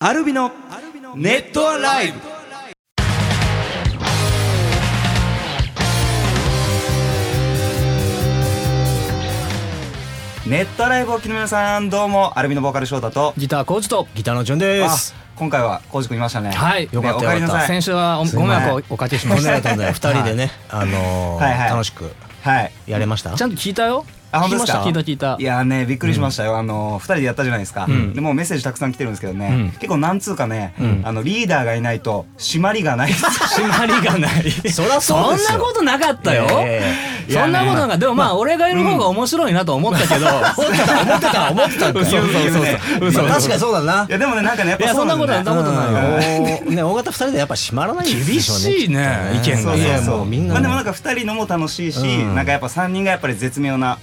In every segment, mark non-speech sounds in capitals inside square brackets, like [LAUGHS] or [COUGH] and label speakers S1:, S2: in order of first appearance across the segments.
S1: アルビのネットアライブネットアライブをお聞きの皆さんどうもアルビのボーカル翔太と
S2: ギターコーチとギターの順です。
S1: あ今回は浩司君いましたね
S2: はい、よかった
S1: ねお帰り
S2: よ
S1: なさ
S2: かった。
S1: い
S2: 先週はお
S3: すい
S2: ご
S3: ま
S2: 迷
S3: せん
S2: 惑をおかけしま
S3: ごめん
S2: し
S3: な
S2: た。
S3: さいね、二人で
S2: は
S3: ね、あのー
S1: はいはい
S3: 楽しく
S1: はい
S3: やれました。
S2: い。ちゃんと聞いたよ。
S1: あ本当ですか
S2: 聞いた聞いた
S1: い
S2: 聞い
S1: やーねびっくりしましたよ、あの2人でやったじゃないですか、
S2: ん
S1: でもうメッセージたくさん来てるんですけどね、
S2: うん
S1: 結構何通かね、
S2: ん
S1: あのリーダーがいないと締まりが
S2: [LAUGHS]
S1: ない
S2: た。締まりがない。
S3: そり
S2: そ
S3: ゃそうんですよ。
S2: なことなかったよ。
S3: いやいやい
S1: いや
S2: そんなことなんかでもまあ俺がいる方が面白いなと思ったけど。
S3: 思ってた、思ってた、思ってたって。
S2: 嘘嘘嘘嘘嘘
S3: まあ確かにそうだな。
S1: いやでもねなんかねやっ
S2: い
S1: ぱ
S2: や
S1: そ
S2: そ
S1: うん
S2: な
S1: な
S2: こ
S1: ん
S2: と
S1: だ
S2: は
S1: よ
S2: そん
S1: ね
S2: なことないよ。
S3: うんおね、大型二人でやっぱ締まらないんでしょうね。
S2: 厳しいね
S3: きっ
S2: 意
S3: と
S2: 見
S1: そうそ
S2: がね
S1: う
S3: いや
S1: そ
S3: も
S1: う
S3: うみんな
S1: まあ、
S3: の。
S1: でもなんか2人のも楽しいし、
S3: うん
S1: なんかやっぱ3人がやっぱり絶妙な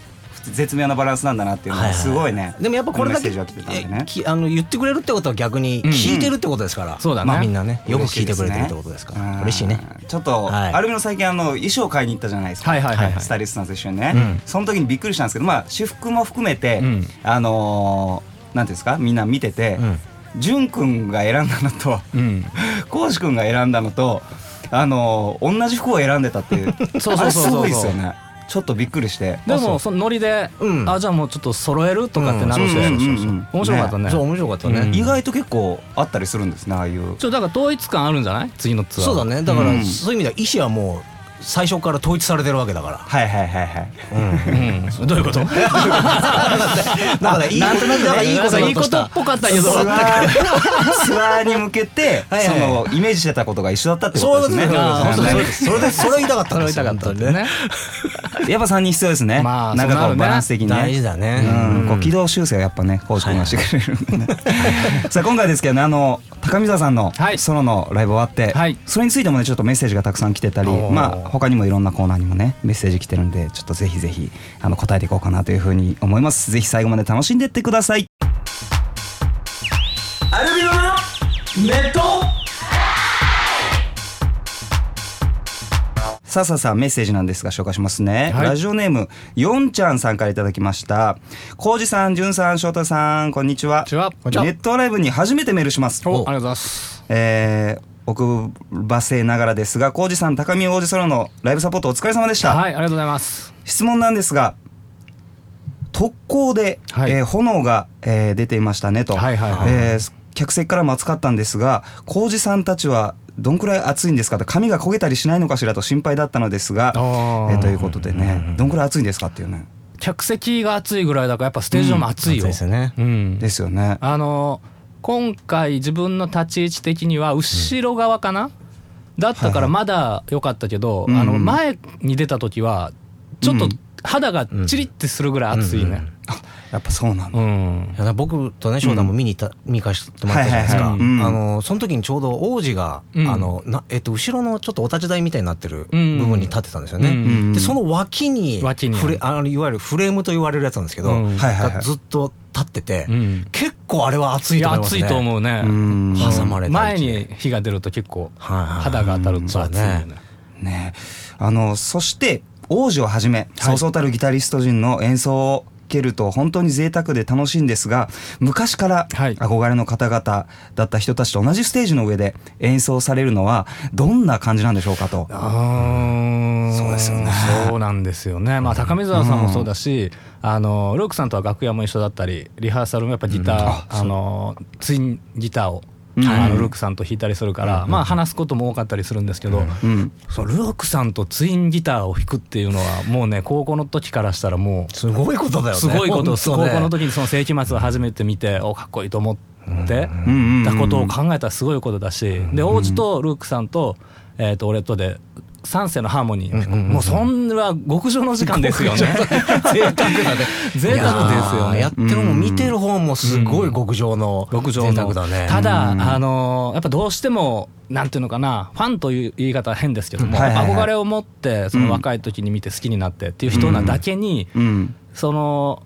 S1: 絶妙なバランスなんだなっていうの
S3: は
S1: が
S3: いはい
S1: すごいね、
S3: でもやっぱこれだ
S1: メ
S3: け
S1: ッセージが来てたんで
S3: え
S1: ね
S3: きあの言ってくれるってことは逆に
S2: うん
S3: 聞いてるってことですから。
S2: そうだね
S3: まあみんなね、よく
S1: 嬉し
S3: 聞いて
S1: ですね
S3: くれてるってことですか
S1: う
S3: ら。
S1: ん
S3: 嬉しいね。
S1: ちょっと、
S3: はい
S1: アルミの最近あの衣装買いに行ったじゃないですか、
S2: はいはいはいはい
S1: スタイリストさんと一緒にね、
S2: うん
S1: その時にびっくりしたんですけどまあ私服も含めて、
S2: うん
S1: あのー、なんていうんですかみんな見てて、
S3: うん
S1: じゅんくんが選んだのと
S2: うん。
S1: こうしくんが選んだのとあのー、同じ服を選んでたっていう
S2: そうそうそうそう
S1: あれすごいですよねちょっとびっくりして
S2: でもそのノリで、
S3: うん
S2: あじゃあもうちょっと揃えるとかってなる
S1: う
S2: し、
S1: んうんうんうん
S2: 面白かったね。
S3: そう、面白かった
S2: うん
S3: ね。
S1: 意外と結構あったりするんですねああいう
S2: ちょっとだから統一感あるんじゃない？次のツアー。
S3: そうだ。ね。だか
S1: うん
S3: ら、そういう意味では意思はもう最初から統一されてるわけだ
S1: [LAUGHS]
S3: から。
S1: はいはいはいはい
S2: うん。どういうこと？
S3: だからいい
S2: なん
S3: こと
S2: なくね
S3: だからいいこと
S2: い
S3: だ
S2: い
S3: と
S2: こ
S3: し
S2: と
S3: た
S2: っぽかったけ
S1: ツ
S2: ど。
S1: アー [LAUGHS] ツアーに向けて
S3: はい
S1: そ
S3: はい
S1: のイメージしてたことが一緒だったってこ
S3: そ
S1: と
S3: う
S1: ですね
S3: ですね。
S2: あー
S3: 本当に
S2: そ
S3: そう
S2: で
S3: れそれでそれ言いたかった
S2: [LAUGHS] 揃
S3: んで
S2: え
S3: す
S2: た
S3: よ。
S2: かったってね。
S1: やっぱ3人必要ですね
S2: まあ
S1: なんか
S2: そうな
S1: こ
S2: る
S1: う
S2: ね
S1: バランス的
S3: 本
S1: に
S3: 当にね。大
S1: ね
S3: 事だ
S1: う
S3: ね。
S1: ん、こう軌道修正はやっぱね、コーチ君がしてくれるんでね。 [LAUGHS] さあ、今回ですけどね、あの、高見沢さんの
S2: はい
S1: ソロのライブ終わって、
S2: はい
S1: それについてもね、ちょっとメッセージがたくさん来てたり、
S3: おー
S1: まあ、他にもいろんなコーナーにもね、メッセージ来てるんで、ちょっとぜひぜひ、あの、答えていこうかなというふうに思います。ぜひ最後まで楽しんでってください。アルビノのネットさあさあさあメッセージなんですが紹介しますね、
S2: はい
S1: ラジオネームよんちゃんさんからいただきました浩二さんじゅんさん翔太さんこんにちは
S2: こんにちはこんにちは
S1: ネットライブに初めてメールします
S2: おあり
S1: お
S2: がとうございます。
S1: えー、奥ばせながらですが浩二さん高見王子空のライブサポートお疲れ様でした、
S2: はい、ありがとうございます。
S1: 質問なんですが特攻で、
S2: はい
S1: えー炎が、えー出ていましたねと、
S2: はいはいはい
S1: えー客席からも暑かったんですが浩二さんたちはどんくらい暑いんですかと髪が焦げたりしないのかしらと心配だったのですが、え
S2: あー
S1: ーということでねどんくらい暑いんですかっていうね
S2: 客席が暑いぐらいだからやっぱステージ上も暑いよ。
S3: ですよね。
S2: うん
S1: ですよね。
S2: あの今回自分の立ち位置的には後ろ側かな、だったからまだ良かったけど、
S1: うん
S2: あの前に出た時はちょっと肌がチリってするぐらい暑いね。
S1: あやっぱそうな
S2: う
S1: の。
S2: ん
S3: いや僕とね翔太も見に行った、見に行かせてもらったじゃないですか、
S1: はいはいはいうん
S3: あのその時にちょうど王子が、
S2: うん
S3: あのなえっと、後ろのちょっとお立ち台みたいになってる部
S2: うん
S3: 分に立ってたんですよ
S2: う
S3: ね、
S2: ん
S3: でその脇に
S2: 脇に
S3: フレあのいわゆるフレームと言われるやつなんですけど、
S2: うん
S1: はいはいはい
S3: がずっと立ってて、
S2: うん
S3: 結構あれは暑
S2: い
S3: いと
S2: や
S3: 思います
S2: 暑い
S3: ね
S2: と思うね。
S1: うん
S3: 挟まれた
S2: 前
S3: り
S2: に火が出ると結構
S3: はいはい
S2: 肌が当たると暑いよ
S3: うんそう
S2: ね
S3: ね。
S1: ねあのそして王子をはじめそうそうたるギタリスト陣の演奏を聴けると本当に贅沢で楽しいんですが昔から
S2: はい
S1: 憧れの方々だった人たちと同じステージの上で演奏されるのはどんな感じなんでしょうかと。
S2: あー
S1: そうですよね
S2: そうなんですよね。まあ高見沢さんもそうだし、あのルークさんとは楽屋も一緒だったり、リハーサルもやっぱギタ
S1: う
S2: ー、
S1: ん
S2: あ
S1: あ
S2: のツインギターを、
S1: うん
S2: あのルークさんと弾いたりするから、まあ話すことも多かったりするんですけど、
S1: うん、
S2: そのルークさんとツインギターを弾くっていうのはもうね高校の時からしたらもう
S3: すごいことだよね
S2: すごいこと、高
S3: 本当ね
S2: 校の時にその世紀末を初めて見て、おかっこいいと思って。
S1: うんうんうん
S2: だことを考えたらすごいことだし、で王子とルークさんと,、えー、と俺とで三世のハーモニー、
S3: うんうんうん
S2: もうそんな極上の時間ですよね
S3: [LAUGHS] 贅沢だね
S2: 贅沢ですよね
S3: いやーやってるも見てる方もすごい極上の
S2: 極上
S3: 贅
S2: の
S3: 沢だね
S2: ただ、あのーやっぱどうしてもなんていうのかなファンという言い方は変ですけども、
S1: はいはいはい
S2: 憧れを持ってその若い時に見て好きになってっていう人なだけに、
S1: うん
S2: その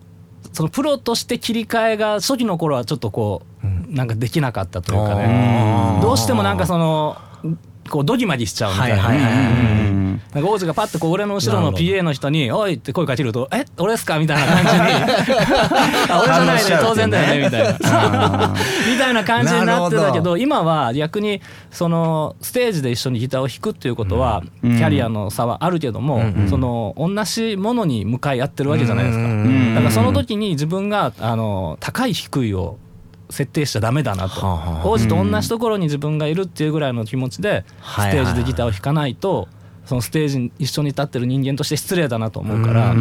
S2: そのプロとして切り替えが初期の頃はちょっとこう、なんかできなかったというかね
S3: うん
S2: どうしてもなんかそのこうドギマギしちゃうみたいな、
S3: はいはいはい
S1: うん
S2: なんか王子がパッとこう俺の後ろの
S3: なるほ
S2: PA の人に「おい!」って声かけると「え俺っすか?」みたいな感じに「あ俺じゃないね当然だよね」みたいな。
S1: な。
S2: [LAUGHS] みたいな感じになって
S3: な
S2: た
S3: る
S2: け
S3: ほど
S2: ど今は逆にそのステージで一緒にギターを弾くっていうことはキ
S1: うん
S2: ャリアの差はあるけども、
S3: うん
S2: その同じものに向かい合ってるわけじゃないですか、
S3: うんうん
S1: うん
S2: だからその時に自分があの高い低いを設定しちゃダメだなと、
S3: はあはあ
S2: 王子と同じところに自分がいるっていうぐらいの気持ちで
S3: はい
S2: ス
S3: はい
S2: テ
S3: はい
S2: ージでギターを弾かないとそのステージに一緒に立ってる人間として失礼だなと思うから。
S3: うん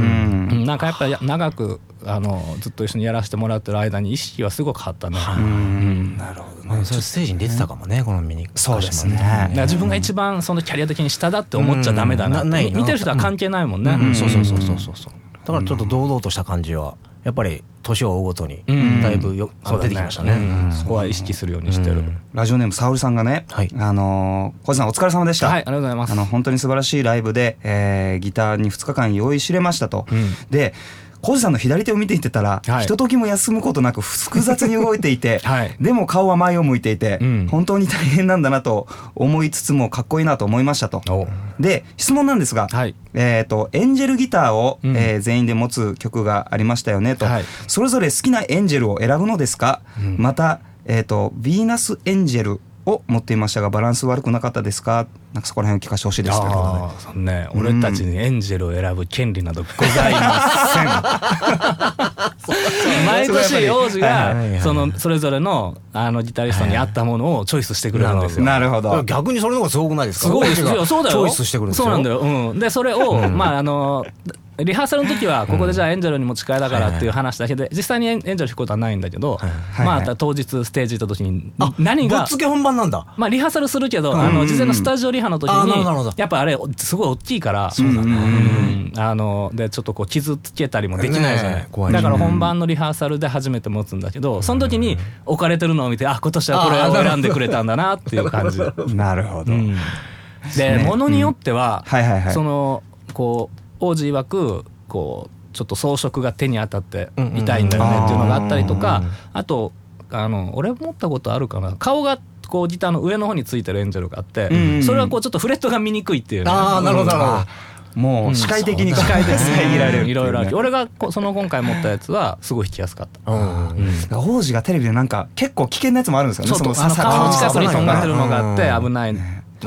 S2: うんなんかやっぱり長くあのずっと一緒にやらせてもらってる間に意識はすごく変わったね。
S3: は
S1: うんなるほど
S3: まあ、それステージに出てたかもねこのミニ
S1: そうですね
S2: だから自分が一番そのキャリア的に下だって思っちゃダメだな,、
S3: うんなない
S2: 見てる人は関係ないもんね、
S3: ね、
S1: ん
S3: そうそうそうそうそうそうだからちょっと堂々とした感じはやっぱり年を追うごとに
S2: うん
S3: だいぶよ、そう出てきましたね、
S2: うんそこは意識するようにしてる、
S3: うん
S1: ラジオネーム沙織さんがね、
S3: はい
S1: あのー小路さんお疲れ様でした。
S2: はいありがとうございます
S1: あの本当に素晴らしいライブで、えーギターに2日間用意しれましたと。で小路さんの左手を見ていってたら、
S2: はい
S1: ひとときも休むことなく複雑に動いていて、
S2: [LAUGHS] はい
S1: でも顔は前を向いていて、
S2: うん
S1: 本当に大変なんだなと思いつつもかっこいいなと思いましたと。で質問なんですが、
S2: はい
S1: えー、とエンジェルギターを、
S2: うん
S1: えー全員で持つ曲がありましたよねと、
S2: はい
S1: それぞれ好きなエンジェルを選ぶのですか、
S2: うん
S1: また、えーと「ヴィーナスエンジェル」を持っていましたがバランス悪くなかったですかなんかそこら辺を聞かせてほしいですということで
S2: ああそのね俺たちにエンジェルを選ぶ権利などご [LAUGHS] ざいません毎年王子
S3: はいはいは
S2: が
S3: い
S2: そのそれぞれのあのギタリストに合ったものをチョイスしてくれるんですよ
S1: [LAUGHS] なるほ
S2: [LAUGHS]
S3: だから
S1: ど。
S3: 逆にそれの方がすごくないですか
S2: すごいです
S3: こっち
S2: よ。
S3: が
S2: そうだよ。
S3: チョイスしてくるんですよ
S2: そうなんだよ。うん。で、それを、まあ、あの、リハーサルの時は、ここでじゃあエンジェルに持ち替えだからっていう話だけで、実際にエンエンジェル弾くことはないんだけど、
S1: い
S2: まあ、あとは当日ステージ行った時に
S3: あ、
S2: 何
S3: ぶ
S2: が
S3: っつ、け本番なんだ
S2: まあ、リハーサルするけど、あの、事前のスタジオリハの時
S3: あなるほどなるほ
S2: に
S3: ど、
S2: やっぱあれ、すごい大きいから、うんあの、で、ちょっとこう、傷つけたりもできないじゃな
S3: ねえ怖
S2: い。
S3: い
S2: だから本番のリハーサルで初めて持つんだけど、その時に置かれてるのを見て、あ、今年はこれを選んでくれたんだなっていう感じ。
S1: なるほど。
S2: で、
S1: ね
S2: ものによっては、
S1: はいはいはい
S2: そのこう王子曰くこうちょっと装飾が手に当たって
S3: うんうんうん
S2: 痛いんだよねっていうのがあったりとか、
S1: あ
S2: あとあの俺持ったことあるかな顔がこうギターの上の方についてるエンジェルがあって、
S1: うんうん
S2: それはこうちょっとフレットが見にくいっていうね、
S3: あーなるほどなるほど
S1: もう視界的に視界で [LAUGHS] 遮ら
S3: [LAUGHS]
S1: れるってうね。
S2: いろいろある俺がこその今回持ったやつはすごい弾きやすかった。
S3: うんうん
S1: 王子がテレビでなんか結構危険なやつもあるんですよね。
S2: そうとあの
S1: さ
S2: 顔の近くに
S1: さ
S2: 飛んでるのがあって
S3: う
S2: 危ない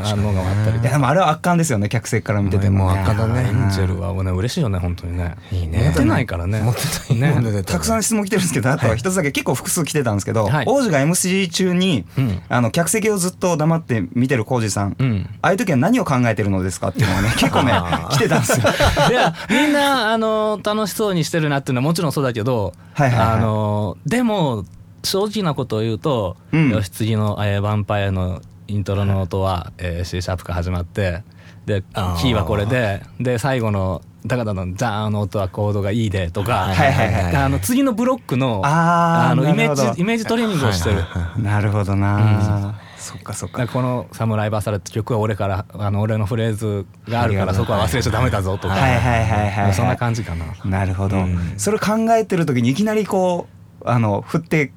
S2: あのがあったり
S1: いやでもあれは圧巻ですよね客席から見てても
S3: もう圧巻だね
S2: エンジェルはもうね嬉しいよね本当にね
S3: いいね
S2: 持てないからね
S3: 持って [LAUGHS] ないね
S2: ね
S1: たくさん質問来てるんですけどあと一つだけ結構複数来てたんですけど、
S2: はい
S1: 王子が MC 中に、
S2: うん
S1: あの客席をずっと黙って見てる浩二さん、
S2: うん
S1: ああいう時は何を考えてるのですかっていうのがね結構ね来てたんです
S2: [LAUGHS]
S1: よ。
S2: [LAUGHS] いやみんなあの楽しそうにしてるなっていうのはもちろんそうだけど、
S1: はいはいはい
S2: あのでも正直なことを言うと、
S1: うん
S2: よし次の、えーヴァンパイアのイントロの音は、えー C シャープから始まってでキ
S3: あー
S2: ーはこれでで最後のダカダのザーンの音はコードがいいでとか、
S1: はいはいはい
S3: はい
S2: あの次のブロックの
S1: あー
S2: のイメ
S1: なる
S2: ー
S1: ほど
S2: ジイメージトレーニングをしてる。
S1: なるほどな、そっかそっか
S2: だからこの「サムライバーサル」って曲は俺からあの俺のフレーズがあるからそこは忘れちゃダメだぞとか、
S1: はいはいはいはいはい
S2: そんな感じかな。
S1: なるほど、
S3: うん
S1: それ考えてる時にいきなりこうあの振って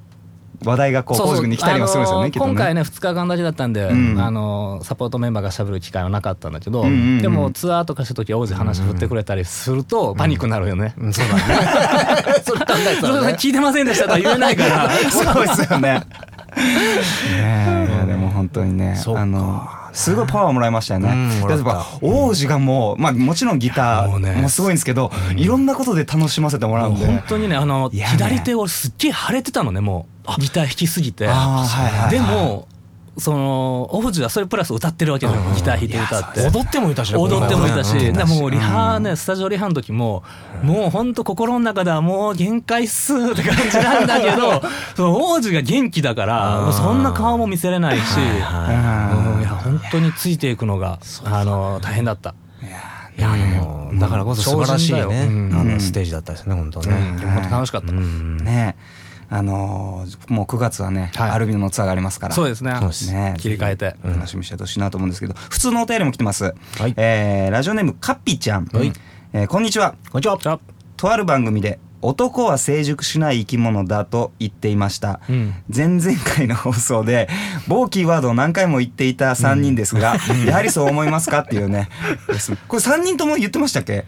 S1: 話題がこう浩二君に来たりもするんですよ
S2: あ
S1: ね
S2: の
S1: きっとね。
S2: 今回ね2日間だけだったんで、
S1: うん
S2: あのサポートメンバーがしゃべる機会はなかったんだけど、
S1: うんうんうん
S2: でもツアーとかした時王子話振ってくれたりするとパニックになるよね。
S3: うんそうだねそれ考え
S2: [LAUGHS] それそれ聞いてませんでしたとは言えないから。
S1: そうですよね。ねえ、いやでも本当にね、
S3: そうか
S1: あの、すごいパワーもらいましたよ
S3: うん
S1: ね。
S3: も
S1: や
S3: ら
S1: っ
S3: った
S1: ぱ王子がもう、まあもちろんギタ
S2: もうね
S1: ーもすごいんですけど、いろんなことで楽しませてもらうんで。
S2: 本当にねあの
S1: いやね
S2: 左手をすっげえ腫れてたのねもうギター弾きすぎて、
S1: あーはいはいはい
S2: でもその王子はそれプラス歌ってるわけじゃんギター弾いて歌って。
S3: 踊ってもいたしね
S2: 踊ってもいたし、
S3: この前はね
S2: だからもうリハね、スタジオリハの時も、もうほんと心の中ではもう限界っすって感じなんだけど、その王子が元気だから、もうそんな顔も見せれないし、
S1: う
S3: は
S1: ん
S2: う
S3: い
S2: んいや、本当についていくのが、あの、大変だった。
S3: いやでもだからこそ素晴らしいね
S2: 超人だようん
S3: あのステージだったですね本当
S2: う
S3: ね
S2: ん、でも本当楽しかった。
S1: ねえ、あの、もう9月はね、
S2: はい
S1: アルビノのツアーがありますから。
S2: そうですね
S3: そうです。
S1: ね
S2: 切り替えて。
S1: 楽しみにしてほしいなと思うんですけど、普通のお便りも来てます。
S3: はい
S1: えーラジオネームカッピーちゃん。
S3: はい
S1: えーこんにちは。
S3: こんにちは
S2: じゃあ
S1: とある番組で男は成熟しない生き物だと言っていました、
S2: うん
S1: 前々回の放送で某キーワードを何回も言っていた3人ですが、やはりそう思いますかっていう
S2: [LAUGHS]
S1: ねですこれ3人とも言ってましたっけ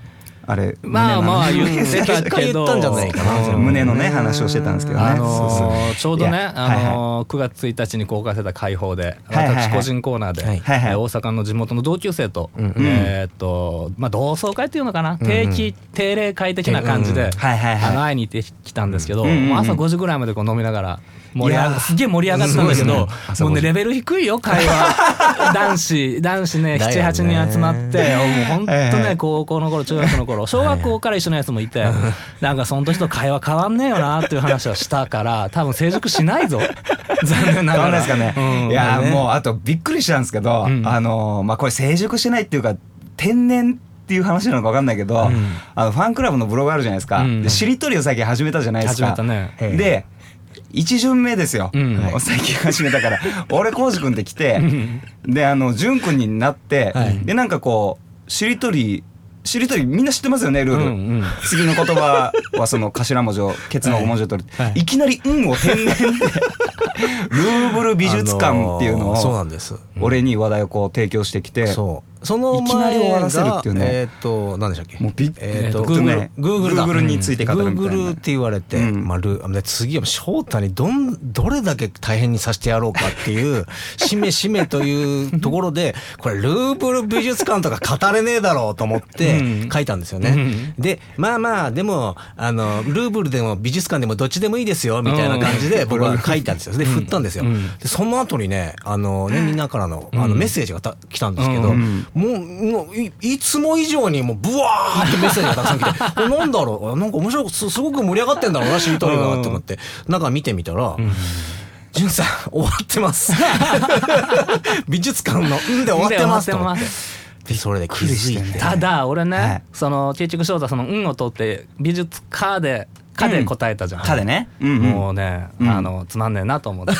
S1: あれ
S2: まあまあ言
S1: [LAUGHS] 胸の
S2: ってた
S3: 一回
S2: け
S3: 言
S2: ど
S3: ったんじゃないかな
S1: うん胸のね話をしてたんですけどね
S2: あのー
S1: そうそう
S2: ちょうど
S1: い
S2: ね
S1: や、
S2: あのー
S1: はいは
S2: 9月1日に公開された解放で、
S1: はいはいはい
S2: 私個人コーナーで、
S3: はい
S1: はいはい
S2: えー大阪の地元の同級生と、
S3: うん
S2: えーっとまあ、同窓会っていうのかな、定期定例会的な感じで、
S3: うんうん
S1: はいはいはい
S2: あの会いに行ってきたんですけど、
S1: うんうんうん
S2: もう朝5時ぐらいまでこう飲みながら。盛り上
S1: いや
S2: が
S1: ー
S2: すげえ盛り上がったんだけ
S3: そう
S2: ど、
S3: ですね
S2: もうねレベル低いよ
S1: [LAUGHS]
S2: 会話男子男子ね
S3: だよね
S2: 78人集まってもう本当
S1: はいは
S2: ね
S1: い
S2: 高校の頃中学の頃小学校から一緒のやつもいてなんかその時と会話変わんねえよなっていう話をしたから多分成熟しないぞ [LAUGHS] 残念な
S1: 変わん
S2: がら
S1: ないですかね、
S2: うん
S1: いやー、
S2: ね
S1: もうあとびっくりしたんですけど、
S2: うん
S1: あのーまあこれ成熟してないっていうか天然っていう話なのか分かんないけど、
S2: ん
S1: あのファンクラブのブログあるじゃないですか、
S2: うん
S1: でしりとりを最近始めたじゃないですか
S2: 始めたね
S3: ええ
S1: で一巡目ですよ、
S2: うん
S1: もう最近始めたから俺浩二君って来てであの淳君になって、
S3: はい
S1: でなんかこうしりとりしりとりみんな知ってますよねルール、
S2: うんうん
S1: 次の言葉はその頭文字をケツの5文字を取る、
S3: はい
S1: い、きなり「うん」を天然でルーブル美術館っていうの
S3: あそうな
S1: を
S3: んです
S1: 俺に話題をこう提供してきて
S3: そうその前が
S1: いきなり終わらせるっていうね
S3: えーっと何でしたっけ
S1: もうびっ
S3: えーっ
S2: えー
S3: と
S2: っと Google
S3: グーグル
S1: Google について語るみたいな
S3: Google って言われて、
S1: うん
S3: まあルで次は翔太にどんどれだけ大変にさせてやろうかっていう [LAUGHS] しめしめというところでこれルーブル美術館とか語れねえだろうと思って
S2: うん
S3: 書いたんですよね、でまあまあでもあのルーブルでも美術館でもどっちでもいいですよみたいな感じで僕は書いたんですよで振ったんですよ、
S2: うん
S3: でその後にねあのねみんなからのあのメッセージがた来たんですけど、
S1: うん
S3: もうもういいつも以上にもうブワーってメッセージがたくさん来てこれなんだろうなんか面白くすすごく盛り上がってんだろうなしりとりがって思って中見てみたら「潤、さん [LAUGHS] 終わってます」「美術館のうんで終わってます」と思って
S2: うんで終わってます
S3: でそれで気づいて、
S2: ただ俺ね、
S1: はい
S2: その結局翔太その「うん」を取って美術家で「か」で答えたじゃ
S1: 「
S2: ん、
S1: か」でね、うんうん
S2: もうね、
S1: うん
S2: あのつまんねえなと思って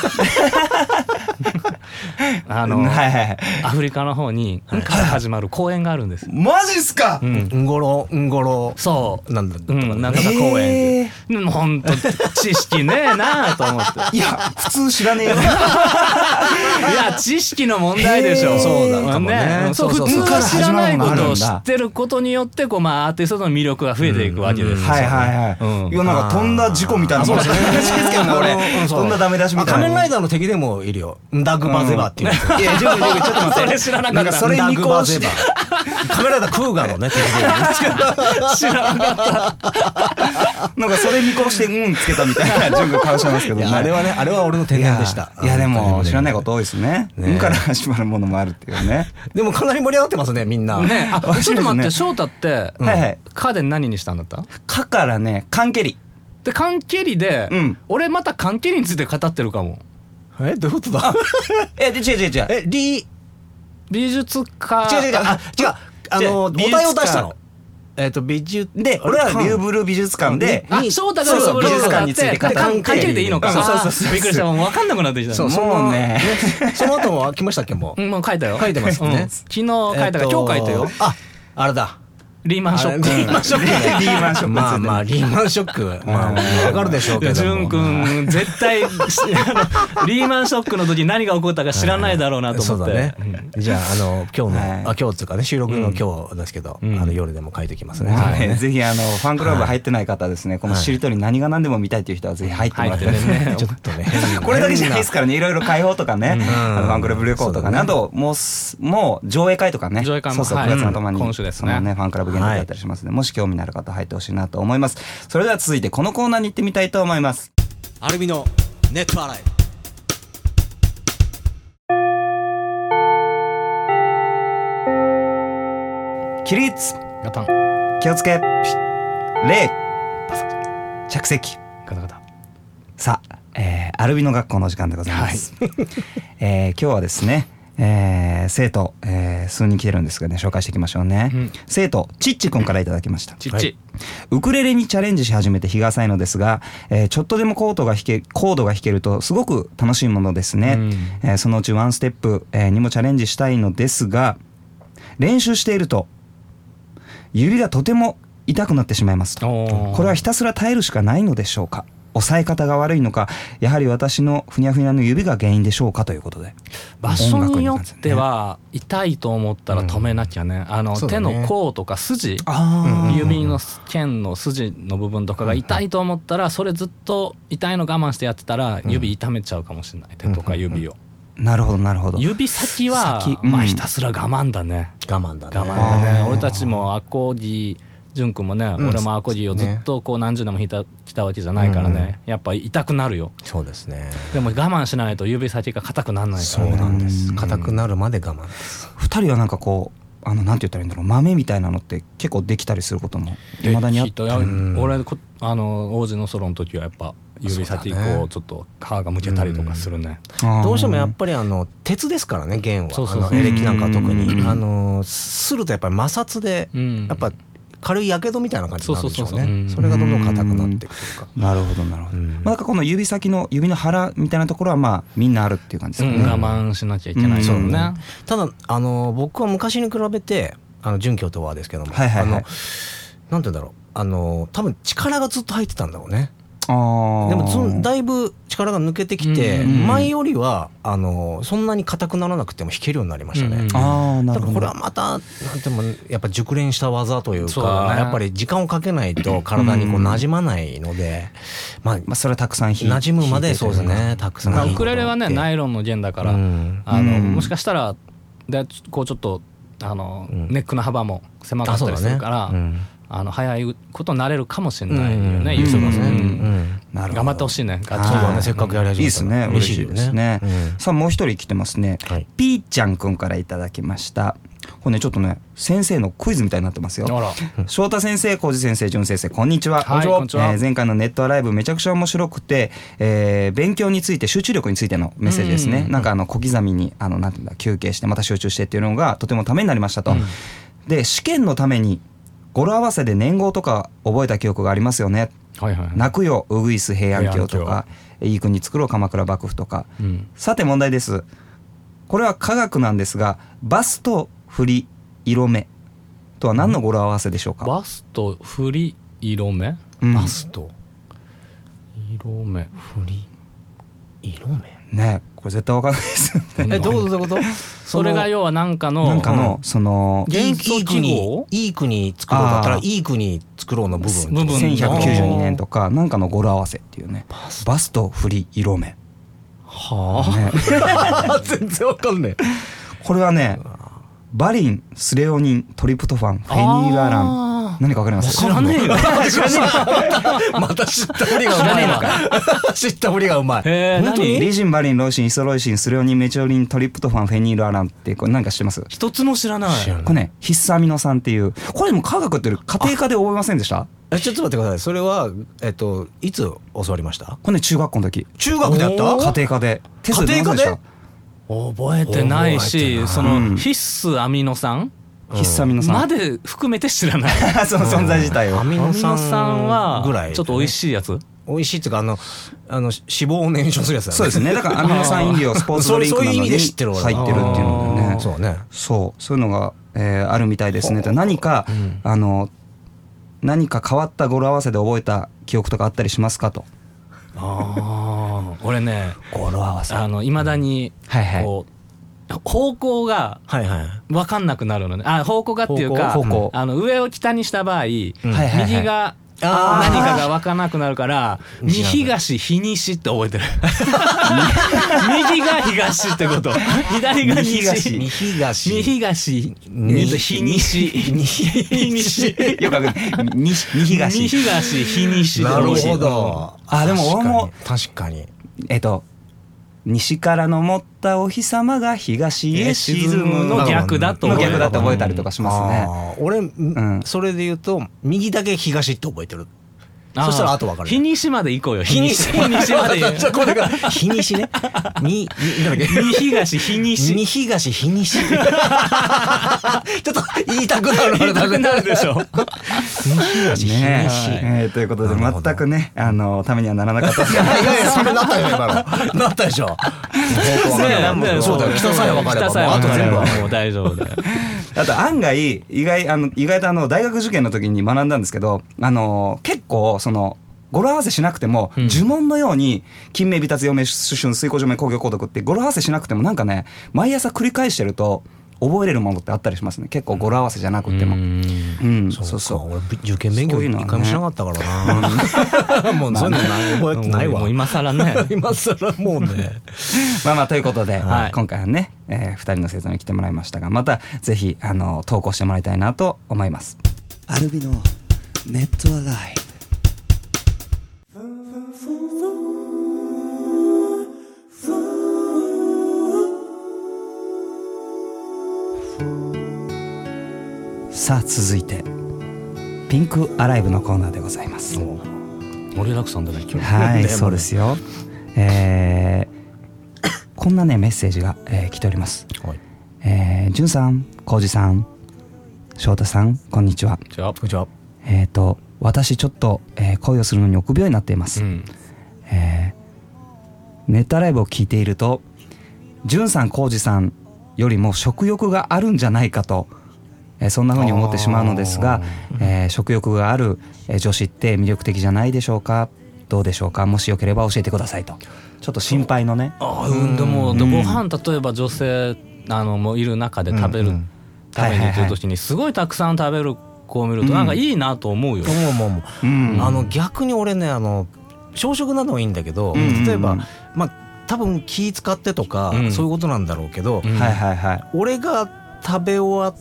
S2: あの、
S1: うん [LAUGHS] はいはいはい
S2: アフリカの方に「うん」から始まる公園があるんですよ
S1: マジっすか、
S2: うん
S3: うんごろうんごろ
S2: そう。
S3: なんだとか
S2: う
S3: ね
S2: ん、なんとか公園
S1: え
S2: って。うんほんと、知識ねえなあと思って。
S1: いや普通知らねえよ
S2: [LAUGHS]
S3: [LAUGHS]
S2: いや、知識の問題でし
S1: へ
S2: ょ。
S1: えそうなの
S3: かもね
S2: うん
S3: そ
S2: そうう、
S3: そ
S2: 普
S3: うそう
S2: 通は知らないことを知
S1: そうそう
S2: ってることによって、こう、まあ、アーティストの魅力が増えていくわけですよ。
S1: はいはいはい、
S2: うん
S1: いやなんか飛んだ事故みたいな
S3: そうですね。
S1: 話ですけどね俺
S3: うんそう
S1: 飛んだダメ出しみたいな
S3: あ仮面ライダーの敵でもいるよ。ダグバゼバっていうやつ。
S1: いや、ジョブジョブちょっと待って。
S2: それ知らなかった
S1: んそれ
S3: ダ
S1: 見
S3: グ
S1: 越
S3: バ
S1: し
S3: ゼ
S1: て
S3: バ。仮面ライダークーガーのね、敵でいる。
S2: 知らなかった。
S1: なんかそれ見越して、うんつけたみたい
S3: [LAUGHS]
S1: な、ジョブ顔してますけど
S3: い
S1: ね。
S3: やあれはね、あれは俺の天
S1: いや
S3: 然でした。。
S1: いや、でも、知らないことと多いですね。
S3: ね
S1: うんから始まるものもあるっていう
S3: [LAUGHS]
S1: ね。
S3: でもかなり盛り上がってますね、みんな。
S2: ねあ、ちょっと待って、翔太って、
S1: はいはい
S2: カで何にしたんだった
S1: かからね、缶蹴り。
S2: で、関係理で
S1: うん、
S2: 俺また関係理について語ってるかも。
S3: え、どういうことだ
S1: [LAUGHS] え、で、違う違う違う。
S3: え、リー、
S2: 美術家。
S3: 違う違う違う、あ、違う、あの、お
S1: 美術館
S3: 題を出したの。えっと、美術。
S1: で、俺はリューブル美術館で、
S2: あ、
S3: に
S2: 翔太が
S1: そうそう
S2: ブログ
S1: 美術館について語
S2: で
S1: る
S2: 関係理でいいのか。
S1: そうそうそうそう
S2: あーびっくりした。もう分かんなくなってきた。
S3: そう、そ
S1: もう
S3: の
S1: ね
S3: ね。その後は来ましたっけ、もう
S2: う。ん、もう書いたよ。
S3: 書いてますよね
S2: うん昨日書いたから、
S3: えっと
S2: 今日書いたよ。
S3: あ、あれだ。
S2: リーマンショック。
S3: あれね
S1: リーマンショップ。
S3: まあまあ、
S1: リ
S3: リーマンショック。まあ、わかるでしょう
S2: い
S3: け
S2: や、
S3: ども。
S2: 淳君、絶対、しあのリーマンショックの時何が起こったか知らないだろうなと思って。
S3: [LAUGHS] そうだね。じゃあ、あの、今日の、
S1: はい
S3: あ、今日っていうかね、収録の今日ですけど、
S2: うん
S3: あの、夜でも書いてきますね。
S1: は
S3: ね
S1: い、ぜひあのファンクラブ入ってない方はですね、このしりとり何が何でも見たいという人はぜひ入ってもらってです
S2: 入ってね
S1: ね
S3: [LAUGHS] ちょっ
S2: [LAUGHS]
S3: とね。
S1: [LAUGHS] これだけじゃないですからね、いろいろ解放とかね、あのファンクラブ旅行
S3: そ
S1: と
S3: うだ
S1: か
S3: ね
S1: ね、あともうす、もう上映会とかね、
S2: 上映会も
S1: そうそう、
S2: はい
S1: 9月の頭に、
S2: うん今週ですね
S1: そのね、ファンクラブ限定だったりしますね、もし興味のある方、入ってほしいなと思います。それでは続いて、このコーナーに行ってみたいと思います。
S3: アルミのネット洗い。
S1: 起立
S2: ガタン、
S1: 気をつけ礼着席
S2: ガタガタ。
S1: さあ、えーアルビの学校の時間でございます。 [LAUGHS] えー今日はですね、えー生徒、えー数人来てるんですがね、紹介していきましょうね。
S2: うん
S1: 生徒、チッチ君からいただきました。
S2: ちっち。
S3: はい
S1: ウクレレにチャレンジし始めて日が浅いのですが、えーちょっとでもコードが弾けコードが弾けるとすごく楽しいものですね、えーそのうちワンステップ、えーにもチャレンジしたいのですが練習していると指がとても痛くなってしまいます
S2: おー
S1: これはひたすら耐えるしかないのでしょうか押さえ方が悪いのかやはり私のふにゃふにゃの指が原因でしょうかということで
S2: 場所に
S1: 音
S2: よ
S1: 楽関
S2: っ
S1: して
S2: て
S1: ね
S2: は痛いと思ったら止めなきゃね、あの
S3: そう
S2: 手
S3: だね
S2: の甲とか筋
S1: あー
S2: 指の腱の筋の部分とかが痛いと思ったらそれずっと痛いの我慢してやってたら指痛めちゃうかもしれない手とか指を
S1: なるほどなるほど
S2: 指先は
S1: 先うん
S2: まあひたすら我慢だね
S3: 我慢だね
S2: 我慢だね
S1: あー
S2: 俺たちもアコギ潤君もね
S3: ん
S2: 俺もアコギをずっとこう何十年も弾いたきたわけじゃないからねやっぱ痛くなるよ
S3: そうですね
S2: でも我慢しないと指先が硬くならないか
S3: そ
S2: ら
S3: う
S2: ね
S3: なんです硬くなるまで我慢です
S1: 二人はなんかこうあのなんて言ったらいいんだろう豆みたいなのって結構できたりすることもいまだにあっ
S2: いや
S1: たり
S2: 俺こあの王子のソロの時はやっぱ指先
S3: そうだ
S2: こ
S3: ね
S2: うちょっと皮がむけたりとかするね
S1: あー
S3: どうしてもやっぱりあの鉄ですからね弦は
S2: そうそうそう
S3: あのエレキなんかは特
S1: う
S3: に
S1: ん
S3: あのするとやっぱり摩擦で
S2: うん
S3: やっぱ軽い火傷みたいな感じになるんでしょう
S2: そうそうそうそうう
S3: ね
S2: ん
S3: それがどんどん硬くなっていくというか
S1: なるほどなるほど、
S3: うん
S1: まあ、なんかこの指先の指の腹みたいなところはまあみんなあるっていう感じ
S2: う
S1: ですか
S2: ん
S1: ね、
S2: 我慢しなきゃいけない
S1: そう
S2: もんね
S3: ただあの僕は昔に比べてあの純教とはですけども、
S1: はいはいはい
S3: あのなんて言うんだろうあの多分力がずっと入ってたんだろうね
S1: あー
S3: でもそんだいぶ力が抜けてきて、
S2: うんうん
S1: うん
S3: 前よりはあのそんなに硬くならなくても弾けるようになりましたね、
S2: うんうん
S1: あーな
S3: だ
S1: る
S3: か
S1: ほ
S3: ら
S1: ど
S3: これはまたなんてもやっぱ熟練した技という
S2: そう
S3: か
S2: だね
S3: やっぱり時間をかけないと体にこう馴染まないので、まあ
S1: まあ、それはたくさん弾い
S3: 馴染むまでそうです
S1: 弾いて
S3: ねたくさん
S2: まあ
S3: 弾
S2: ウ
S3: いて
S2: クレレはねナイロンの弦だから
S3: うん
S2: あ
S1: う
S2: の
S1: ん
S2: もしかしたらでこうちょっとあの
S3: うん
S2: ネックの幅も狭か
S3: あ
S2: っ
S3: そ
S2: た
S3: う
S2: り
S3: だ
S2: する
S3: ね
S2: から
S3: うん
S2: あの早いことになれるかもしれないよ
S3: うん
S2: ね
S3: うん
S2: 優勝が
S1: そうだねとな
S2: 頑
S3: ん
S1: るほど
S2: 張ってほしいねガチ
S1: そう
S3: そうだ
S1: は
S3: ね
S1: い
S3: せっかくやり
S1: いいで
S3: 始
S1: す
S3: めたら
S1: ね嬉しいですね
S3: うん
S1: さあもう一人来てますね、
S3: はい
S1: ピーちゃんくんからいただきましたこれねちょっとね先生のクイズみたいになってますよ
S2: あら
S1: 翔太先生、浩二先生、淳先生、こんにちは。
S2: はいこんにちは
S1: えー前回のネットアライブめちゃくちゃ面白くて、えー勉強について集中力についてのメッセージです
S2: うんうん
S1: ね
S2: う。ん
S1: なんかあの小刻みにあのなんていうんだ休憩してまた集中してっていうのがとてもためになりましたと。で試験のために語呂合わせで年号とか覚えた記憶がありますよね。
S2: はいはい
S1: 泣くよウグイス平安京と
S2: 平安
S1: かいい国作ろう鎌倉幕府とか。
S2: うん
S1: さて問題です。これは科学なんですがバスと振り色目とは何の語呂合わせでしょうか。
S2: バスと振り色目
S1: うん
S3: バスと
S2: 色目
S3: 振り色目
S1: ねこれ絶対わかんないですよね。
S3: えどういうこと
S2: [LAUGHS] それが要はなんかの
S1: なんかの、その
S2: い、
S3: い
S2: 元
S3: い
S2: 素記号
S3: 国いい国作ろうだったら
S1: あー
S3: いい国作ろうの部分
S2: 部分
S1: [LAUGHS] 1192年とか、なんかの語呂合わせっていうね。バスと振り色目。ね、
S3: はあ全然わかんね
S1: これはね、バリン、スレオニン、トリプトファン、フェニーララン。
S2: あー
S1: 何かわかります
S2: 知らねえよ
S3: えまた知ったふりがうまいのか [LAUGHS] 知ったふりがうまい
S2: えー
S3: 本当に
S2: 何
S1: リジン、バリン、ロイシン、イソロイシン、スレオニン、メチオリン、トリプトファン、フェニールアランって、これなんか知ってますこ
S2: 一つも知らない
S3: 知らない
S1: れね、必須アミノ酸っていう。これでも科学っていうより家庭科で覚えませんでした
S3: えちょっと待ってくださいそれはえっといつ教わりました
S1: これね、中学校の時。
S3: 中学でやっ
S2: お
S1: 家
S3: た
S1: 庭科で。テスト出ませんでし
S3: 家
S1: た
S3: 庭科
S2: 覚えてない
S3: 覚えてな
S2: し
S3: い
S2: そ
S1: うん
S2: の必須アミノ酸
S1: 必須アミノ酸。
S2: まで含めて知らない
S1: その存在自体 [LAUGHS] を
S3: ア。ミ
S2: アミ
S3: ノ
S2: ノ酸
S3: 酸
S2: は
S3: ぐらい
S2: ちょっと美味
S3: い
S2: しいやつ
S3: 美味しいっていうかあのあの脂肪を燃焼するやつだね
S1: そう
S3: [LAUGHS]
S1: ですね。だからアミノ酸飲料、スポーツドリンクなどに入ってるっていうの
S3: そういう意味で知ってる俺
S1: で
S3: は
S1: ね。
S3: そうね
S1: そう、そういうのが、えーあるみたいですね。で何か、あの、何か変わった語呂合わせで覚えた記憶とかあったりしますかと。
S2: ああ俺ね
S3: 語呂合わせは
S2: あの未だに
S1: はいはい
S2: こう方向が
S3: いはい
S2: 分かんなくなるのねあ方向がっていうか
S1: 方向方向
S2: あの上を北にした場合、
S3: ん
S1: はいはいはい
S2: 右が
S3: あー
S2: 何かが分からなくな
S1: [LAUGHS]
S2: るから
S3: 西
S2: 西
S3: なんだ
S2: 東日西って覚えてる右が東ってこと左が
S1: 右東
S2: 西
S3: 西東
S2: 西東
S3: ね
S2: えっと日西日
S1: [LAUGHS]
S2: 西
S1: よくわかんない。に西東。
S2: 日東日西
S3: なる
S2: 西
S3: ほど
S1: あでも俺も
S3: 確かに
S1: えっと、西からのもったお日様が東へ沈むの
S2: の逆だと
S1: の
S2: 思う
S1: 逆だと覚えたりとかしますね。
S3: あー俺、
S1: ん
S3: それで言うと右だけ東って覚えてる
S2: あー
S3: そしたらあと分かる
S2: 日西まで行こうよ
S3: 日西
S2: 日西ま
S3: [LAUGHS]
S2: で
S3: じゃあこれから日西ねにになんだっけ
S2: 日東日西
S3: 西東日西 [LAUGHS] ちょっと言いたくなる
S2: 言いたくなるでしょ。
S3: 西東
S1: ね
S3: 日西
S1: ええーということで
S3: なるほど
S1: 全くねあのためにはならなかったですけど
S3: いやいやそれなったよ今 [LAUGHS] のなったでしょ方向がね
S1: ねえ
S3: そうだよ北さえ分かれば
S2: 北さえ
S3: もうあ
S2: 分
S3: と
S2: か
S3: 全
S2: れ
S3: 部
S2: ば
S3: 分かる
S2: もう大丈夫だよ。
S1: あと案外意外あの意外とあの大学受験の時に学んだんですけどあの結構その語呂合わせしなくても、
S2: うん
S1: 呪文のように「金名美達嫁主春水耕除名工業高読」って語呂合わせしなくてもなんかね毎朝繰り返してると覚えれるものってあったりしますね結構語呂合わせじゃなくても。うんそうそう
S3: 俺受験勉強
S1: そういうのは
S3: 一
S1: ね
S3: 回もしなかったからなもうそういうのない覚えてないわ
S2: もう今更ね
S3: 今更もうね
S1: まあまあということで、
S2: はい
S1: 今回はね、え2人の生徒に来てもらいましたがまたぜひあの投稿してもらいたいなと思います。
S4: アルビのネットアライブ
S1: さあ続いてピンクアライブのコーナーでございます。
S2: 盛りだくさんだね今日
S1: はい、そうですよ。えーこんなねメッセージが、えー来ております。
S3: はい
S1: えー、じゅんさん、こうじさん、翔太さん、こんにちは。
S2: じゃあ
S3: こんにちは
S1: えっ、と私ちょっと、えー恋をするのに臆病になっています。
S2: うん
S1: えーネタライブを聞いているとじゅんさん浩二さんよりも食欲があるんじゃないかと、えーそんな風に思ってしまうのですが、えー食欲があるえー女子って魅力的じゃないでしょうかどうでしょうかもしよければ教えてくださいとちょっと心配のね
S2: ああうんでもでもご飯例えば女性あのもういる中で食べる
S3: うん
S2: 食べ
S1: はいはいは
S2: に
S1: い
S2: という時にすごいたくさん食べる子を見るとなんかいいなと思うよ
S3: もうもうも
S1: う
S3: う
S1: ん
S3: あの逆に俺ねあの朝食などもいいんだけど、
S1: うんうんうん
S3: 例えばまあ多分気使ってとか、
S2: うん
S3: そういうことなんだろうけど、
S2: うん
S1: はいはいはい
S3: 俺が食べ終わ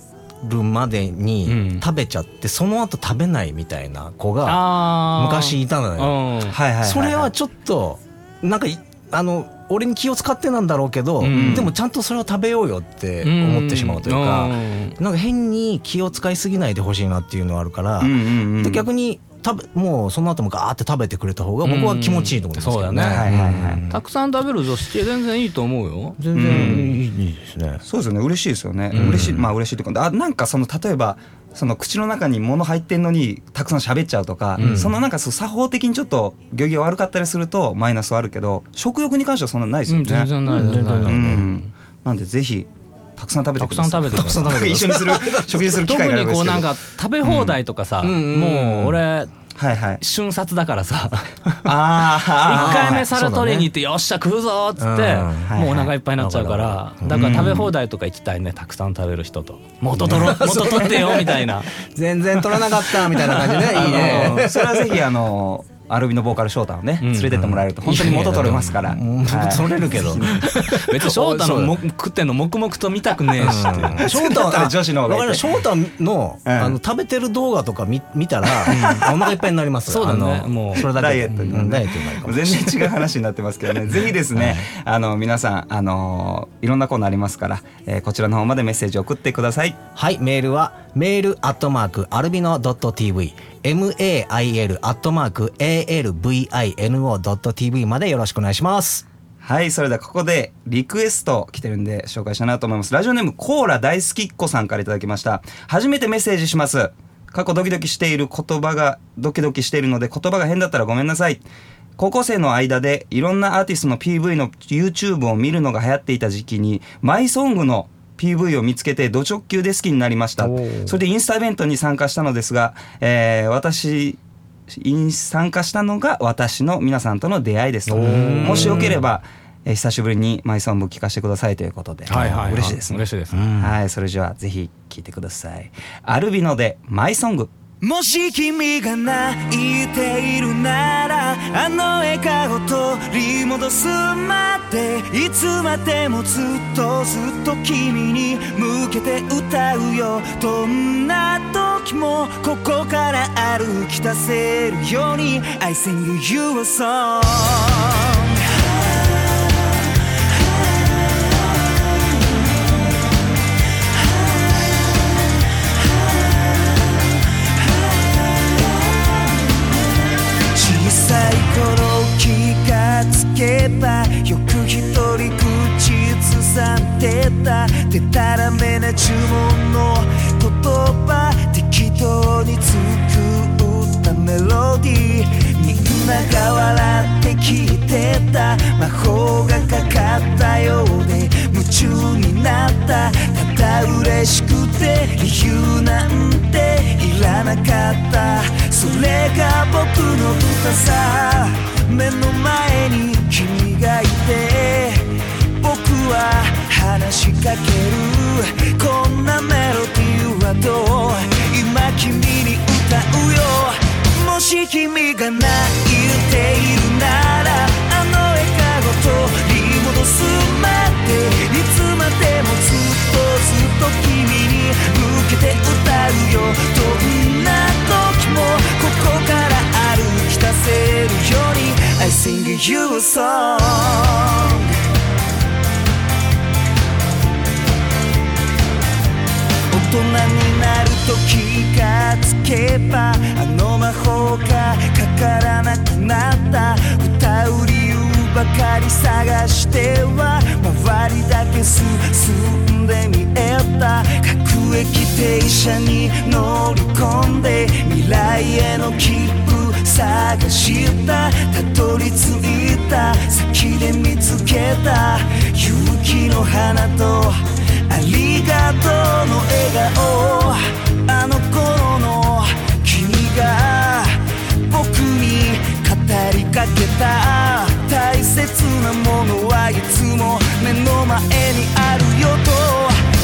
S3: るまで
S2: うん
S3: に食べちゃって、その後食べないみたいな子が
S2: ああ
S3: 昔いたの
S2: う
S3: よ。
S1: は
S2: ん
S1: いはいはいい
S3: それはちょっとなんかいあの俺に気を使ってなんだろうけど、
S2: うん
S3: でもちゃんとそれは食べようよって思ってしまうというか、
S2: ん
S3: なんか変に気を使いすぎないでほしいなっていうのはあるから、
S1: うんうんう
S3: で
S1: ん
S3: 逆に食べもうその後もガーって食べてくれた方が僕は気持ちいいと思いますけどね。
S2: うんそ
S1: ね
S2: うだ
S1: はいはいはい
S3: うん
S2: たくさん食べる女子って全然いいと思うよ
S3: 全然いいいいですね。
S1: そうですよね嬉しいですよね、
S2: うん
S1: 嬉しいまあ嬉しいというかあなんかその例えばその口の中に物入ってんのにたくさん喋っちゃうとか、
S3: うん
S1: そのなんかそう作法的にちょっと漁業悪かったりするとマイナスはあるけど食欲に関してはそんなないですよ
S2: 全
S1: ね、うん
S2: 然ない全然ない
S1: なんでぜひたくさん食べて
S2: たくさん食べてください
S1: たくさん食べて一緒にする食事する機
S2: 特
S1: 会があれ
S2: に
S1: ばいいで
S2: こ
S1: す
S2: う
S1: けど
S2: なんか食べ放題とかさ、
S3: うんうんうん
S2: もう俺
S1: はいはい
S2: 瞬殺だからさ
S1: あ
S2: [LAUGHS] 1
S1: ー
S2: 回目皿取りに行って、よっしゃ食うぞーっつって、
S3: うん
S2: もうお腹いっぱいになっちゃうから、
S3: うん
S2: だから食べ放題とか行きたいねたくさん食べる人と元取ろ元取ってよみたいな
S3: 全然取らなかったみたいな感じね。いい
S1: あの
S3: ね。
S1: それはぜひあのアルビのボーカル翔太をね連れてってもらえると本当に元取れますから、
S3: [LAUGHS] うん
S1: はい
S3: 取れるけど。
S2: [LAUGHS] 別に翔太
S3: そ
S2: の
S3: うだ
S2: も食ってんの黙々と見たくねえしっていう
S3: 翔太
S1: だったら女子の方がいい
S3: わかる翔太の
S1: うん
S3: あの食べてる動画とか見見たらお腹いっぱいになります。
S2: そうだね
S3: あの
S2: もう
S3: それだけ
S1: ダイエットに
S3: に
S1: ね
S3: ダイエットになるかも。
S1: 全然違う話になってますけどね
S3: [LAUGHS]
S1: ぜひですねあの皆さんあのいろんなコーナーありますから、えーこちらの方までメッセージ送ってください
S3: はい、メールは、メールアットマーク、アルビノ .tv、mail アットマーク、alvino.tv までよろしくお願いします。
S1: はいそれではここでリクエスト来てるんで紹介したいなと思いますラジオネームコーラ大好きっ子さんからいただきました初めてメッセージします過去ドキドキしている言葉がドキドキしているので言葉が変だったらごめんなさい高校生の間でいろんなアーティストの PV の YouTube を見るのが流行っていた時期にマイソングの PV を見つけてド直球で好きになりましたそれでインスタイベントに参加したのですが、えー私イン参加したのが私の皆さんとの出会いですもしよければ、えー久しぶりにマイソング聞かせてくださいということで、嬉しいですね
S2: 嬉しいです、
S1: はいそれじゃあぜひ聞いてくださいアルビノでマイソング
S4: もし君が泣いているならあの笑顔取り戻すまでいつまでもずっとずっと君に向けて歌うよどんな時もここから歩き出せるように I sing you a song 小さい頃気がつけばよく一人口ずさんでたでたらめな呪文の言葉適当に作ったメロディーみんなが笑って聞いてた魔法がかかったようで夢中になったただ嬉しくてなかったそれが僕の歌さ目の前に君がいて僕は話しかけるこんなメロディーはどう今君に歌うよもし君が泣いているならあの笑顔取り戻すまでいつまでもずっとずっと君に向けて歌うよどんな時もここから歩き出せるように I sing you a song 大人になると気がつけばあの魔法がかからなくなった歌う理由ばかり探しては周りだけ進んで見えた各駅停車に乗り込んで未来への切符探したたどり着いた先で見つけた勇気の花とありがとうの笑顔あの頃の君が僕に語りかけた大切なものはいつも目の前にあるよ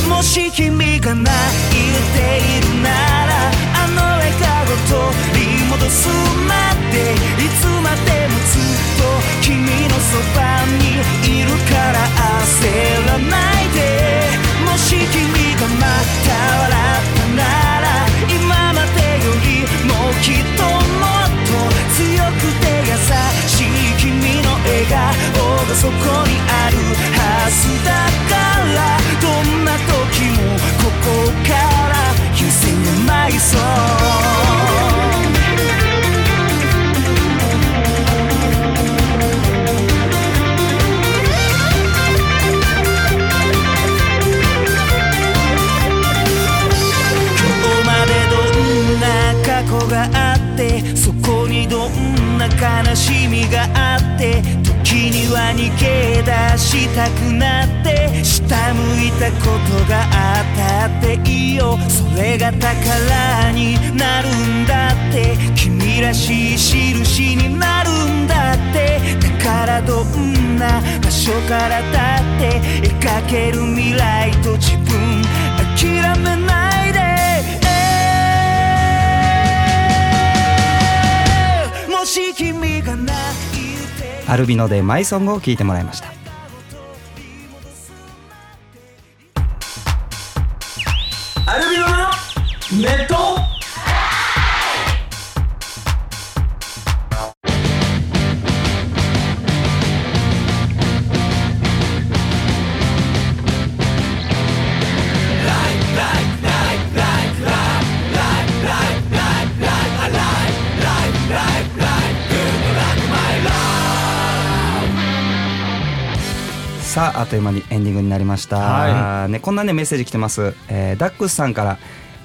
S4: ともし君が泣いているならあの笑顔を取り戻すまでいつまでもずっと君のそばにいるから焦らないでもし君がまた笑ったなら今までよりもきっともっと強くて優しい君の笑顔がそこにあるはずだからどんな時もここから You sing my song 今日までどんな過去があってそこにどんな悲しみがあって時には逃げ出したくなって下向いたことがあったっていいよそれが宝になるんだって君らしい印になるんだってだからどんな場所からだって描ける未来と自分諦めないでもし君が泣いて
S1: アルビノでマイソングを聴いてもらいました
S4: アルビノのネット
S1: さああっという間にエンディングになりました、
S2: は
S1: ね、こんなねメッセージ来てます、えーダックスさんから、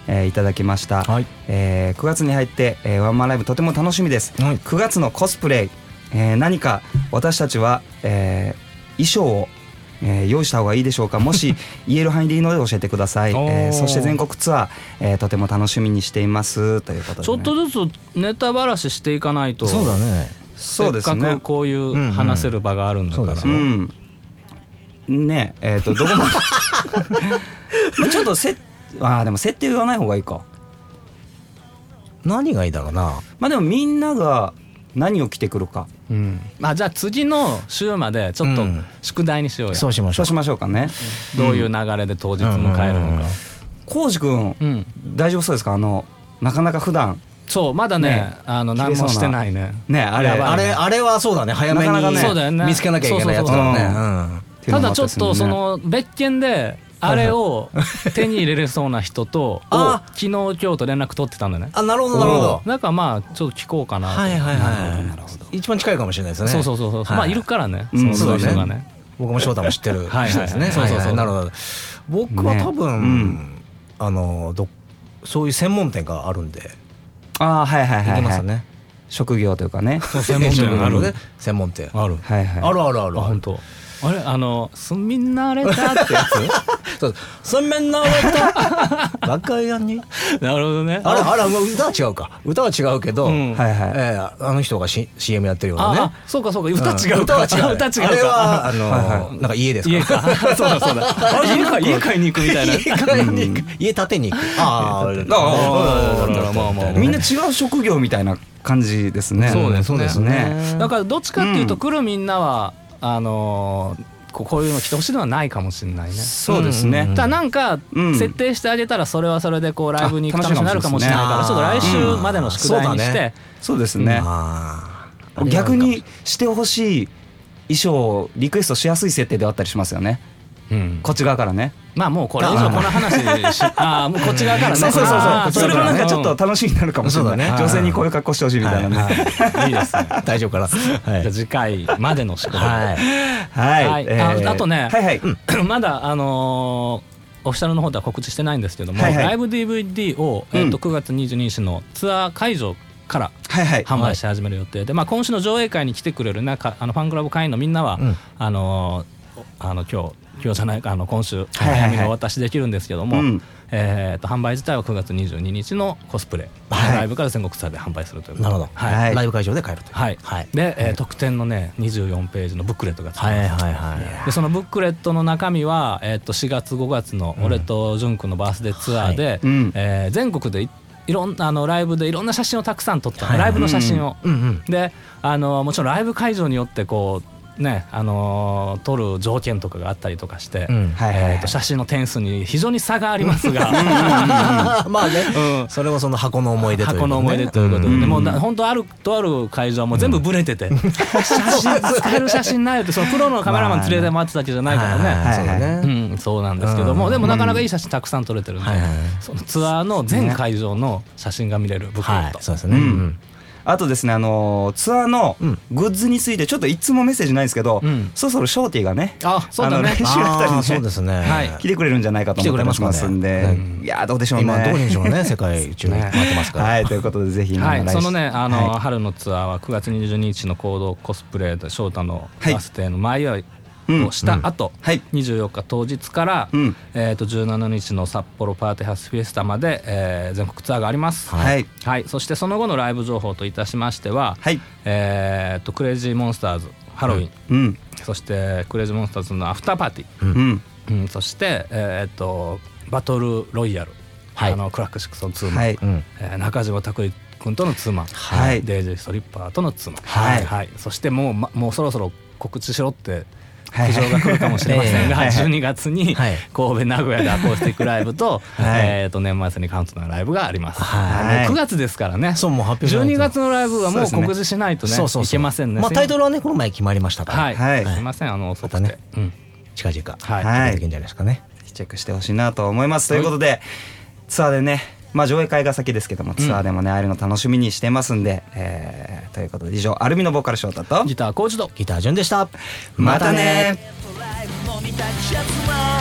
S1: えーいただきました、
S2: はい
S1: えー9月に入って、えーワンマンライブとても楽しみです、
S2: はい
S1: 9月のコスプレイ、えー何か私たちは、えー衣装をえー用意した方がいいでしょうかも
S2: [LAUGHS]
S1: し言える範囲でいいので教えてください、え
S2: おー
S1: ーそして全国ツアー、えーとても楽しみにしていますということで、ね、
S2: ちょっとずつネタばらししていかないと
S3: そうだね
S1: そうですね
S2: せっかくこういう話せる場があるんだから、
S3: うんうんそう
S2: うん
S1: んねええーとどこ
S2: [LAUGHS]
S1: までちょっとせあーでも設定言わない方がいいか
S3: 何がいいだろうな
S1: まあでもみんなが何を着てくるか
S2: まあ、じゃあ次の週までちょっと
S3: うん
S2: 宿題にしようや、
S3: そうしまし
S1: そ
S3: ょ
S1: うしましょうかね
S2: どういう流れで当日迎えるのか、
S1: 浩司君
S2: うん
S1: 大丈夫そうですかあのなかなか普段
S2: そうまだね
S1: ね
S2: あの何もしてないね
S1: ねあれ
S2: や
S3: う
S2: ば
S3: あ
S2: いね
S3: れあれはそうだね早めに
S1: なかなかねそう
S2: だよね
S3: 見つけなきゃいけないやつだもんね
S1: そうそうそう
S3: うん
S1: ていう
S2: た
S1: のもあ
S2: だち
S1: た
S2: ょ
S1: り
S2: っ
S1: するん
S2: と
S1: でね
S2: その別件であれ
S3: [LAUGHS]
S2: を手に入れれそうな人と
S3: あ
S2: 昨日今日と連絡取ってたんだね
S3: あなるほどなるほど
S2: なんかまあちょっと聞こうかなと
S3: はいはい
S1: なる
S3: は
S1: ほど
S3: い一番近いかもしれないですね
S2: そうそうそうそう、まあ
S3: はい
S2: いるからね、
S1: うん
S2: その人が
S3: そうだ
S2: ね
S3: 僕も翔太も知ってる
S2: [LAUGHS] はいはいはい
S3: 人ですね
S2: そうそうそう
S3: はいはいなるほど僕は多分、
S1: ねうん
S3: あのどそういう専門店があるんで
S1: ああはいはい
S3: 行
S1: は
S3: き
S1: い
S3: ま
S1: は
S3: す
S1: い、
S3: よね
S1: 職業というかね
S3: 専
S2: 門店ある
S3: ね専門店
S2: ある
S1: はいはい
S3: あるあるある
S2: あ
S3: ある
S2: 本当あれあの「すみん
S3: [LAUGHS]
S2: なれた」ってや
S3: そうそんめんな俺 [LAUGHS] と若いやに
S2: つなるほどね
S3: あらあらもう歌は違うか歌は違うけど、
S2: うん
S1: はいはい
S3: えーあの人がし CM やってるようなね
S2: ああそうかそうか歌違う
S3: 歌
S2: か
S3: は違う
S2: 歌違うか
S3: あれはあの、
S1: はい
S3: なんか家ですか
S2: 家か [LAUGHS] そうだそうだあれ家か家買いに行くみたいな
S3: 家買いに行く家建てに行くあああ
S1: あ
S2: ああああまあまあ
S1: みんな違う職業みたいな感じですね。
S2: そうですね
S1: そうですね。
S2: だからどっちかっていうと来るみんなは、あのーここういうの着てほしいのはないかもしれないね。
S1: そうですね。
S2: ただなんか
S1: うん
S2: 設定してあげたらそれはそれでこうライブに行く
S1: あ
S2: 楽しみになるかもしれないから
S1: 楽
S2: ち
S1: し
S2: ょ
S1: みか
S2: っと
S1: もしれな
S2: 来
S1: い
S2: 週までの宿題にし
S3: うんそうだね
S2: て
S1: そうですね。
S3: あ
S1: 逆にしてほしい衣装をリクエストしやすい設定ではあったりしますよね。
S2: うん
S1: こっち側からね。
S2: まあもうこれ以上
S3: [LAUGHS]
S2: この話しああもうこっち側からね
S1: そうそうそう
S2: あ
S1: そ
S2: あ
S1: う。それもなんかちょっと楽しみになるかもしれ
S3: そう
S1: な
S3: だ
S1: い。
S3: ね
S1: 女性にこういう格好してほしいみたいなね。
S3: いいですね大丈夫かなは
S2: じゃあ
S3: い
S2: 次回までの宿題、
S3: はい
S1: はい。
S2: はい
S1: えー
S2: ああとね
S1: はいはい。
S2: [COUGHS] まだあのーオフィシャルの方では告知してないんですけども、
S1: はいはい
S2: ライブ DVD を、えっと
S1: うん
S2: 9月22日のツアー会場から
S1: はいはい。
S2: 販売し始める予定で、まあ、今週の上映会に来てくれるなかあのファンクラブ会員のみんなは、
S3: うん
S2: あのーあの今日今日じゃないかあの今週
S1: いはいはい
S2: 早めにお渡しできるんですけども、
S1: うん
S2: えーと販売自体は9月22日のコスプレ、
S1: はい
S2: ライブから全国ツアーで販売するという
S3: なるほど、
S2: はい
S1: はい
S3: ライブ会場で買えるという
S2: はい
S3: はい
S2: で、えー特典のね24ページのブックレットが付きます
S3: はいはいはい
S2: でそのブックレットの中身は、えー、と4月5月の俺と淳君のバースデーツアーで、
S1: うん
S2: えー全国でいいろんなあのライブでいろんな写真をたくさん撮ったの、ライブの写真を。
S3: うんうん
S2: であのもちろんライブ会場によってこうねあの撮る条件とかがあったりとかして、
S3: うん
S1: はいはいはい
S2: えーと写真の点数に非常に差がありますが。
S3: [LAUGHS] まあね、それもその箱の思い出という
S2: 箱の思い出ということで、もうな本当あるとある会場はもう全部ブレて
S3: [LAUGHS]
S2: て、写真使える写真ないよってそのプロのカメラマン連れて回ってたわけじゃないからね、
S3: はいはいはい
S1: は
S3: そうだ
S2: う
S3: ね
S2: ん、そうなんですけども、でもなかなかいい写真たくさん撮れてるんで、
S3: はいはいはい
S2: そのツアーの全会場の写真が見れるブックレ
S3: は
S2: ッ
S3: い
S2: ト、
S3: そうですね
S1: うん
S3: うん
S1: あとですね、あのーツアーの
S3: うん
S1: グッズについてちょっといつもメッセージないんですけど、
S2: うん
S1: そろそろショーティーがね
S2: あそうだ
S1: あの
S2: ね
S1: 練習あたり
S3: あ
S1: ね
S3: ーそうですね
S2: はい
S1: 来てくれるんじゃないかと思ってますんで
S3: 来てくれますか
S1: いやーどうでしょうね。
S3: 今どこにでしょうね世界中に回ってます
S2: [LAUGHS]
S3: から
S1: はいということでぜひ皆
S2: は
S1: さん
S2: い、
S1: 来
S2: そのね、あの、
S1: は
S2: 春のツアーは9月22日の行動コスプレで翔太の
S1: はい
S2: バス停の前祝いをし
S3: う
S2: た
S3: ん
S2: 後、
S1: はい
S2: 24日当日から、
S1: うん
S2: えー、と17日の札幌パーティーハスフィエスタまで、えー全国ツアーがあります。
S1: いはい
S2: はい、そしてその後のライブ情報といたしましては、
S1: はい
S2: えー、とクレイジーモンスターズハロウィン、
S1: うん
S2: そしてクレイジーモンスターズのアフターパーティー、
S1: うん
S2: うん、そして、えー、とバトルロイヤル、あのクラックシックソン2の、
S1: はい
S3: うん
S2: えー中島拓司君とのツーマン、
S1: はい
S2: デイジー・ストリッパーとのツーマン、
S1: はい
S2: そしてもう,、ま、もうそろそろ告知しろって
S1: はい
S2: 苦情が来るかもしれま
S3: [LAUGHS]
S2: せんが、12月に
S3: はい
S2: 神戸名古屋でアコースティックライブと,、
S1: はい
S2: えー、と年末にカウントダウンライブがあります、
S1: はい
S2: もう9月ですからね
S3: そうもう発表しないと
S2: 12月のライブはもう
S1: そうですね
S2: 告知しないとね
S3: そうそうそ
S2: い
S3: う
S2: けませんね
S3: まあタイトルはねこの前決まりましたから
S2: はい、
S1: はい
S2: すいませんあの遅くて、
S3: またね
S2: うん
S3: 近々
S2: はい
S1: はい
S3: 出てくるんじゃないですかね
S1: チェックしてほしいなと思いますということでツアーでねまあ上映会が先ですけどもツアーでもね会えるの楽しみにしてますんでえーということで以上アルミのボーカルショータと
S2: ギターコーチと
S3: ギター順でした
S1: またね
S4: ライブも見た季節も